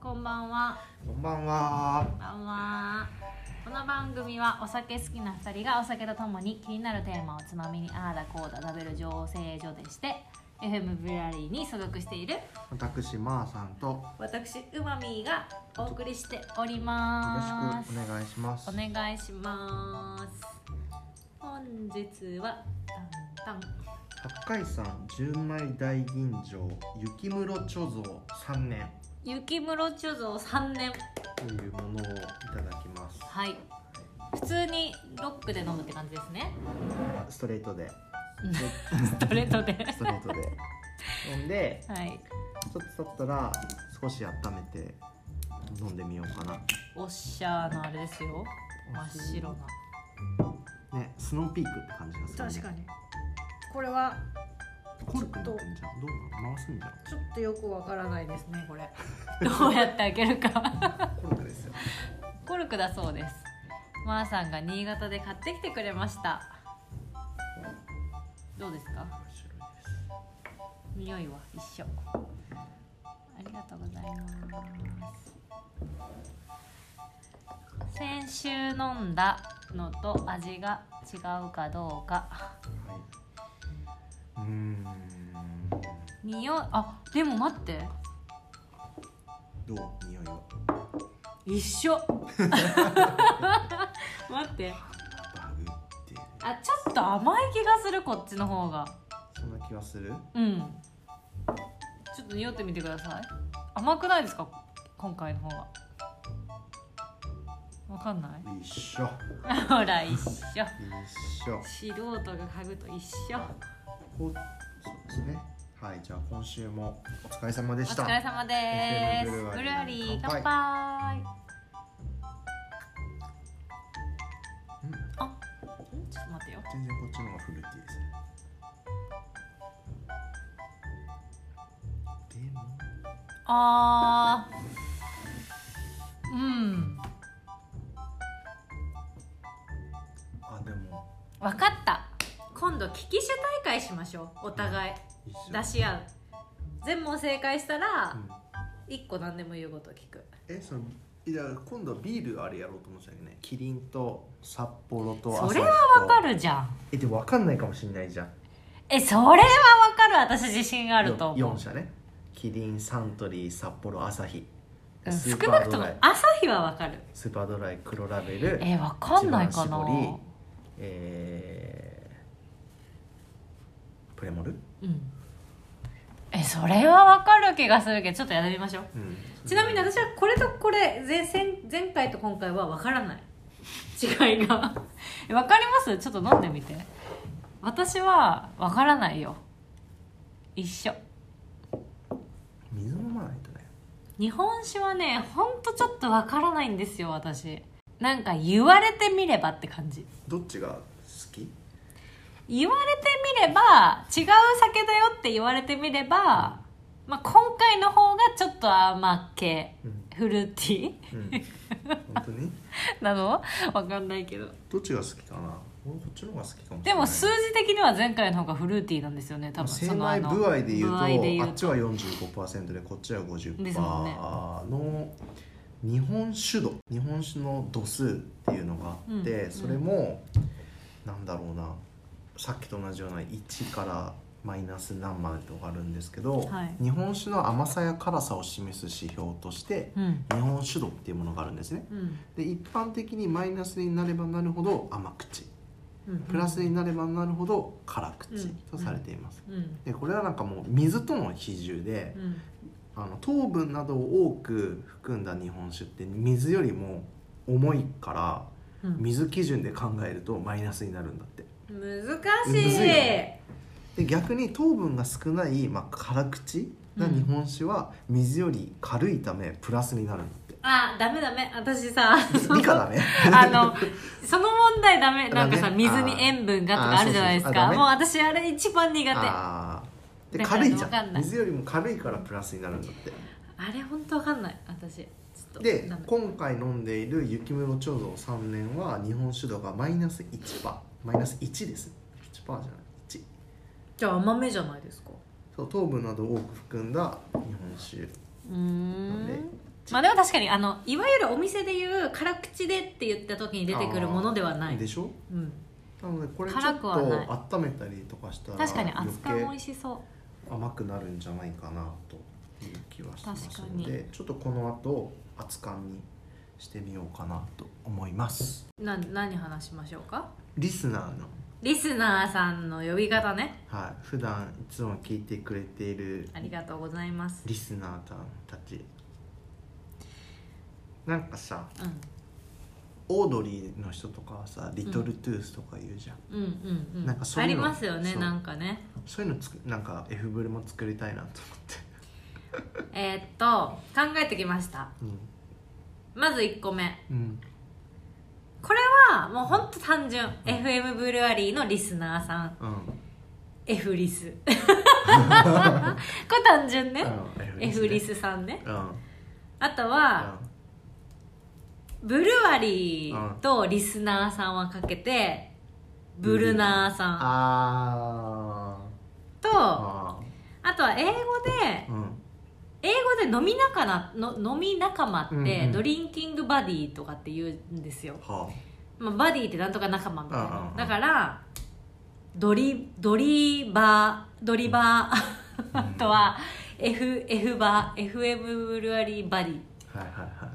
こんばんは。こんばんは。こんばんは。この番組はお酒好きな2人がお酒とともに気になるテーマをつまみにああだこうだ食べる醸成所でして FM ブラリーに所属している私まーさんとよ私うまみーがお送りしておりまろすしくお願いします。お願いします本日はタンタン八海山純米大吟醸雪室貯蔵三年雪室貯蔵3年というものをいただきます。はい普通にロックで飲むって感じですねストレートで、ストレートでストレートで。飲んで、はいちょっと経ったら少し温めて飲んでみようかな。おっしゃーのあれですよ真っ白なね、スノーピークって感じがする、ね。確かにこれはコルクになってんじゃん。どうなの？回すんじゃん。ちょっとよくわからないですねこれ どうやって開けるかコルクですよ。コルクだそうですまー、さんが新潟で買ってきてくれましたどうですか面白いです。匂いは一緒ありがとうございます先週飲んだのと味が違うかどうかはい。うーん。匂いあでも待ってどう匂いは。一緒 待ってバグってる。あちょっと甘い気がするこっちの方がそんな気はする。うんちょっと匂ってみてください甘くないですか今回の方がわかんない 一緒。ほら一緒一緒。素人が嗅ぐと一緒こう。そうですね。はい、じゃあ、今週もお疲れ様でおした。疲れ様ですブルワリーブルワリー乾乾杯杯うんあんちょっと待ってよ全然こっちの方がフルーティーですね。でも。あーうんあ、でも。わかった今度聞き手大会しましょうお互い一緒。出し合う全問正解したらうん一個何でも言うこと聞くえ、その。いや今度はビールあれやろうと思ってたけどねキリンと札幌とそ日れとはわかるじゃんえでも分かんないかもしれないじゃんえそれはわかる私自信あると思う4社ねキリンサントリー札幌朝日うんス少ーパなくーとドもライ朝日はわかるスーパードライ黒ラベルえわかんないか一な番搾りえープレモル、うんえそれはわかる気がするけどちょっとやってみましょううんちなみに私はこれとこれ前前前回と今回はわからない違いが わかりますちょっと飲んでみて私はわからないよ一緒水飲まないとね日本酒はねほんとちょっとわからないんですよ私なんか言われてみればって感じどっちが好き言われてみれば違う酒だよって言われてみれば、まあ、今回の方がちょっと甘っけうん、フルーティ うん、本当にーなのわかんないけどどっちが好きかな俺こっちの方が好きかもしれないでも数字的には前回の方がフルーティーなんですよね多分精そのあ米の部合で言うと部合で言うあっちは45%でこっちは50%ですもんねの日本酒度日本酒の度数っていうのがあって、うんそれも、なんだろうなさっきと同じような1からマイナス何までとかあるんですけど、はい日本酒の甘さや辛さを示す指標としてうん日本酒度っていうものがあるんですねうんで一般的にマイナスになればなるほど甘口うんプラスになればなるほど辛口うんとされています、うんでこれはなんかもう水との比重でう、んあの糖分などを多く含んだ日本酒って水よりも重いからうん水基準で考えるとマイナスになるんだって難しむいずいよねで逆に糖分が少ない、まあ、辛口な日本酒は水より軽いためプラスになるんだって、あダメダメ私 さ その理科だねあのその問題ダメなんかさダメ水に塩分がとかあるじゃないですあーかそうそうもうそ私あれ一番苦手ああーでだから軽いじわかゃんんない水よりも軽いからプラスになるんだってれ本当わかんない私ちょっとでダメ今回飲んでいる雪室貯蔵3年は日本酒度がマイナス1パーマイナス1です1パーじゃない1じゃあ甘めじゃないですかそう糖分などを多く含んだ日本酒うーなんでんまあでも確かにあのいわゆるお店でいう辛口でって言った時に出てくるものではないでしょうん、なのでこれちょ辛っくはないと温めたりとかしたら確かに余熱燗も美計味しそう甘くなるんじゃないかなという気はしますの確かでちょっとこの後熱燗にしてみようかなと思いますな何話しましょうかリスナーの、リスナーさんの呼び方ねはい、普段いつも聞いてくれているありがとうございますリスナーさんたちなんかさうオードリーの人とかはさ「リトルトゥース」とか言うじゃんん、うんうんうんなんかそうあいりうのますよねそうなんかねそういうのつくなんか F ブルも作りたいなと思って、えーっと考えてきましたまず1個目うんうん、これはもうほんと単純 FM ブルワリーのリスナーさんうん、 F リ スこれ単純ねうん F リねスさんねうんうんあとはブルワリーとリスナーさんはかけてブルナーさんあとーああとは英語でーうん英語で飲み仲間の飲み仲間って、うんうんドリンキングバディとかって言うんですよ、はまあ、バディってなんとか仲間みたいうんうんなうんだからドリドリバードリバー あとは F, F バー FM ブルワリーバディあはいはいは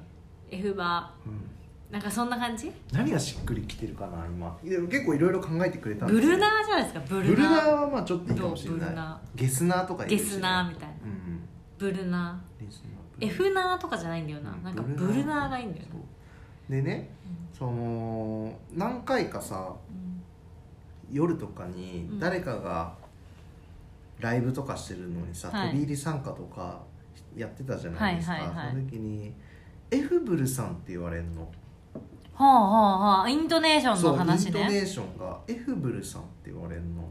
F バい、うん、ーなんかそんな感じ何がしっくりきてるかな今でも結構いろいろ考えてくれたんブですルナーじゃないですかブブルルナーナーはまあちょっといいかもしれどうブルなナいゲスナーとか言ゲうしスナーみたいなうんうんブルナリスナーブールナ F ーナーとかじゃないんだよななんかブルナーがいいんだよな、そうでねその何回かさうん夜とかにうん誰かがライブとかしてるのにさ、はい飛び入り参加とかやってたじゃないですか、はいはいはいその時に「エフブルさん」って言われるのほうほうほうイントネーションそうのイン話トネねーションが「エフブルさん」って言われるの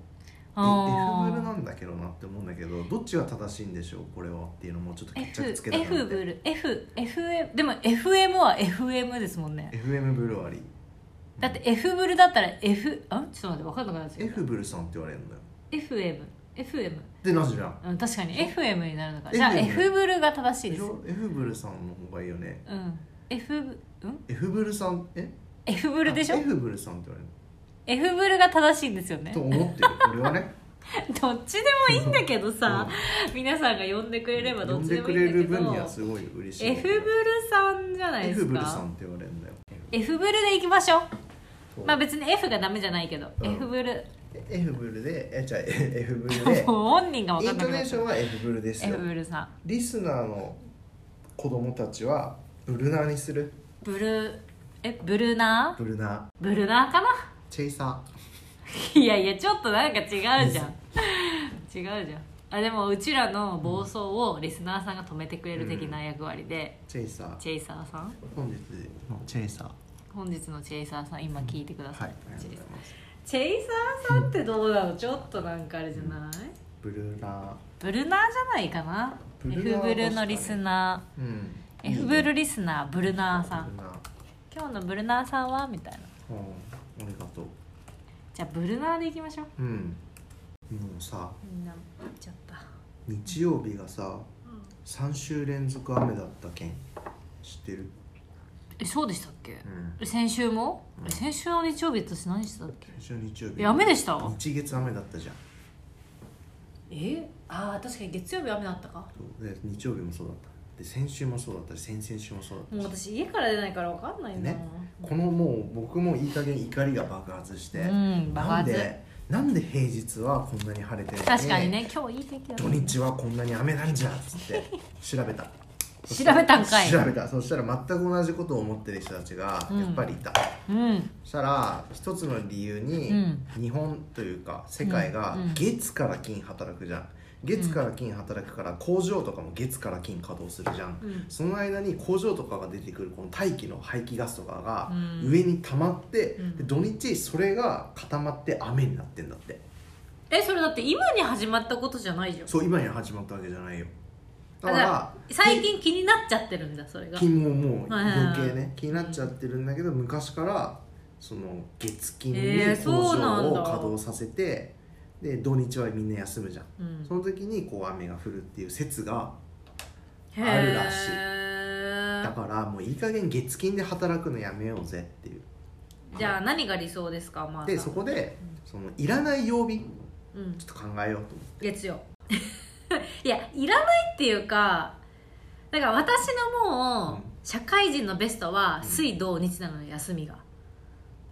えあ F ブルーなんだけどなって思うんだけどどっちが正しいんでしょうこれはっていうのもちょっと決 F, 着つけた F ブル F FM でも FM は FM ですもんね FM ブルワリーだって F ブルだったら F あちょっと待って分かんなくなっちゃう F ブルさんって言われるんだよ FM FM でなぜじゃんうん確かに FM になるのかじゃあ FM F ブルが正しいででしすょ F ブルさんの方がいいよねうん F ブうん F ブルさんえ F ブブルでしょ F ブルさんって言われる F ブルが正しいんですよねと思ってる俺はねどっちでもいいんだけどさ、皆さんが呼んでくれればど呼っんちででもくいいんだれるけど分にはすごい嬉しい F ブルさんじゃないで F すブルさんかって言われるんだよ F ブルでいきましょうそうまあ別に F がダメじゃないけど、うん F ブル F ブルでえじゃあ F ブ ルもでう本人が分イかンんなトくなネーっシたョンは F ブルですよ F ブルさんリスナーの子供たちはブルナーにするブルえブルナーブルナーブルナーかな チェイサいやいやちょっとなんか違うじゃん違うじゃんあでもうちらの暴走をリスナーさんが止めてくれる的な役割で、ーチェイサーチェイサーさん本日のチェイサー本日のチェイサーさん今聞いてくださ、はいいありがとうございますチェイサーさんってどうだろうちょっとなんかあれじゃない、ブルナーブルナーじゃないかなブルナー F ブルのリスナうんー F ブルリスナーブルナーさんブルナー今日のブルナーさんはみたいなうんありがとうじゃあブルナーでいきましょううんもうさみんな行っちゃった日曜日がさうん3週連続雨だったけん知ってるえそうでしたっけうん先週もえ先週の日曜日私何してたっけ先週日曜日え雨でした日月雨だったじゃんえああ確かに月曜日雨だったかそうで日曜日もそうだったで先週もそうだったし先々週もそうだったしもう私家から出ないから分かんないな、ねこのもう僕もいい加減怒りが爆発して、うん爆なん発でなんで平日はこんなに晴れてるの確かにね今日いい天気だった土ね日はこんなに雨なんじゃっつって調 べた調べたんかい調べたそしたら全く同じことを思ってる人たちがうんやっぱりいた、うんそしたら一つの理由に、うん日本というか世界がうんうん月から金働くじゃん月から金働くから工場とかも月から金稼働するじゃん、うんその間に工場とかが出てくるこの大気の排気ガスとかがうん上に溜まって、うんで土日それが固まって雨になってんだってえそれだって今に始まったことじゃないじゃんそう今に始まったわけじゃないよだあかじゃらあ最近気になっちゃってるんだそれが金ももうはいはいはい余計ね気になっちゃってるんだけど昔からその月金にえー工そうなん場だを稼働させて、で土日はみんな休むじゃんうんその時にこう雨が降るっていう説がへーあるらしいへだからもういい加減月金で働くのやめようぜっていうじゃあ何が理想ですかまあでそこでそのいらない曜日ちょうんっと考えようと思月曜 いやいらないっていうかだから私のもう、うん社会人のベストはうん水土日なのよ休みがう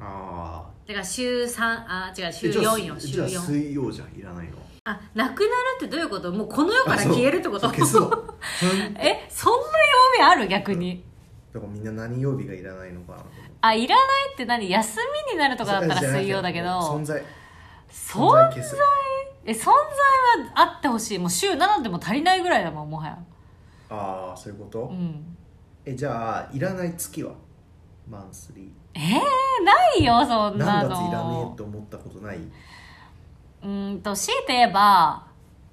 あだから週3あ違うあ週4よじ週ゃあ4水曜じゃんいらないのあなくなるってどういうこともうこの世から消えるってことあ そ うそう消そううんだかえそんな曜日ある逆にらみんな何曜日がいらないのかなと思ってあいらないって何休みになるとかだったら水曜だけど存在そん消すえ存在はあってほしいもう週7でも足りないぐらいだもんもはやああそういうこと、うんえじゃあいらない月はマンスリえー、ないよそーんな何の月いらねえと思ったことないうーんと強いて言えば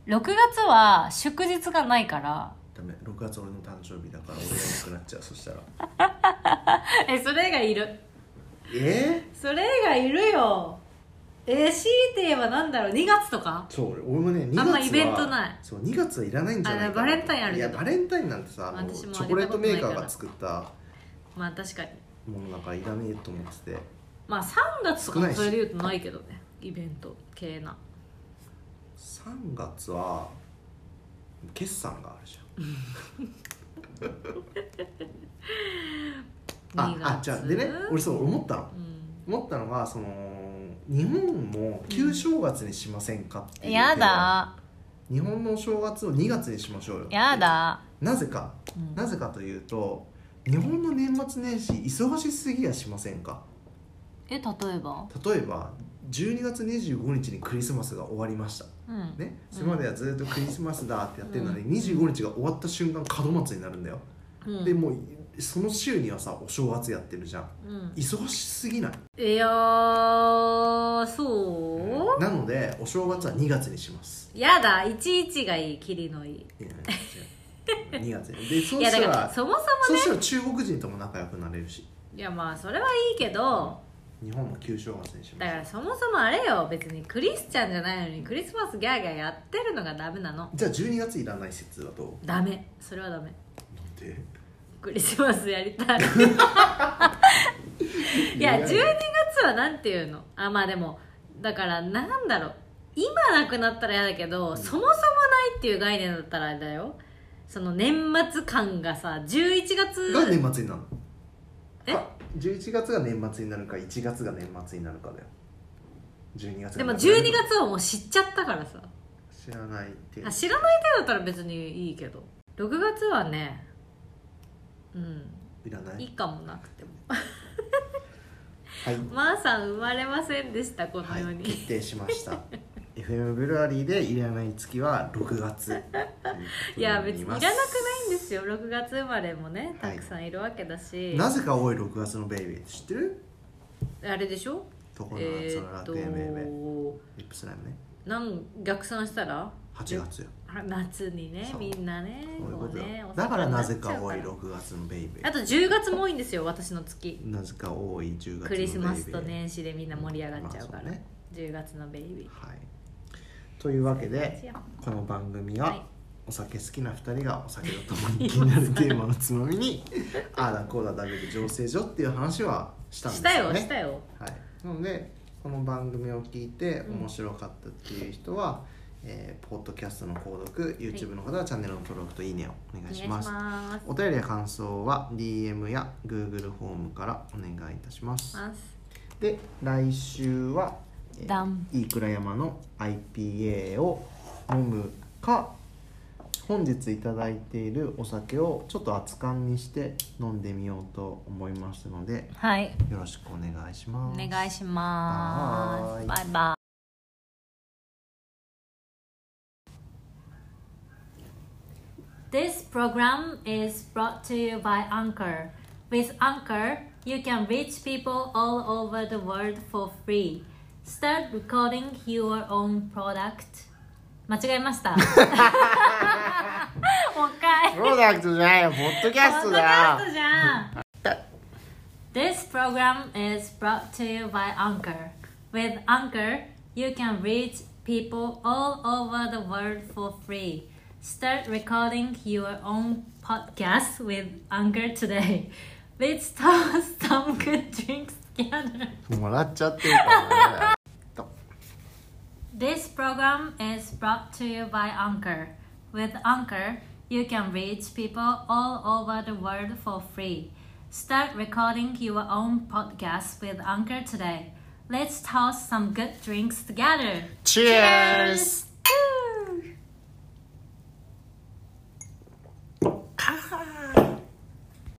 6月は祝日がないからダメ6月俺の誕生日だから俺がいなくなっちゃうそしたら えそれ以外いるえそれ以外いるよえー、強いて言えばなんだろう2月とかー、そう俺もね2月はあんまイベントないそう2月はいらないんじゃないかなあバレンタインあるいけどやバレンタインなんてさあの私チもョコレートメーカーが作ったまあ確かにものなんかいらねえと思っててまあ3月とか少なもいしそれで言うとないけどねイベント系な3月は決算があるじゃん2ああ月じゃあでね俺そう思ったのうん思ったのがその日本も旧正月にしませんかっていうやだ日本のお正月を2月にしましょうよやだ、なぜかうんなぜかというと日本の年末年始忙しすぎやしませんかえ例えば例えば12月25日にクリスマスが終わりましたうんねうんそれまではずっとクリスマスだってやってるのに、う25日が終わった瞬間門松になるんだよ、うんでもうその週にはさお正月やってるじゃんうん忙しすぎない、いやーそう、なのでお正月は2月にしますやだ11がいいキリのいいいや違う2月にでそいうやしだたかららそもそもそしたら中国人とも仲良くなれるしいやまあそれはいいけど日本も旧正月にしまだかすらそもそもあれよ別にクリスチャンじゃないのにクリスマスギャーギャーやってるのがダメなのじゃあ12月いらない説だとダメそれはダメなんでクリスマスやりた いいや12月はなんていうのあまあでもだからなんだろう今なくなったら嫌だけど、そもそもないっていう概念だったらあれだよその年末感がさ11が月年末になるのえあ11月が年末になるか1月が年末になるかだよ12月でもが年12末になる月はもう知っちゃったからさ知らないってあ知らない程度だったら別にいいけど6月はねうんいらないいいかもなくてもはい、まーさん生まれませんでしたこのは世い、に、決定しました FM ブルワリーでいらない月は6月ということになりますいや別にいらなくないんですよ6月生まれもねたくさんいるわけだし、なぜか多い6月のベイベーって知ってるあれでしょところのえ夏ー、のっ楽園ベイベーとリップスライムねなん逆算したら8月よあ夏にねそうみんなねそういうもこうとよねお魚だからになっちぜゃうか多い6月のベイベあーと10月も多いんですよ私の月なぜか多い10月のベイベークリスマスと年始でみんな盛り上がっちゃうから、まあそね10月のベイビはいというわけーでこの番組は、はいお酒好きな2人がお酒と共に気になるテーマのつまみにああだこうだだけで醸成所っていう話はしたんでしすたよよねしたよはい、なのでこの番組を聞いてうん面白かったっていう人は、えーポッドキャストの購読 YouTube の方はチャンネルの登録といいねをおお願願いいししまますすお便りや感想は DM や Google フォームからお願いいたしますますで来週は、えーダン飯倉山の IPA を飲むか本日いただいているお酒をちょっと熱燗にして飲んでみようと思いますのではいよろしくお願いしまおす。願いしますはバイバイThis program is brought to you by Anchor. With Anchor, you can reach people all over the world for free. Start recording your own product. 間違えました。もう一回。プロダクトじゃないよ、ポッドキャストだよ。 This program is brought to you by Anchor. With Anchor, you can reach people all over the world for free. Start recording your own podcast with Anger today. Let's toast some good drinks together. 笑っちゃってるからね This program is brought to you by Anchor. With Anchor, you can reach people all over the world for free. Start recording your own podcast with Anchor today. Let's toss some good drinks together. Cheers!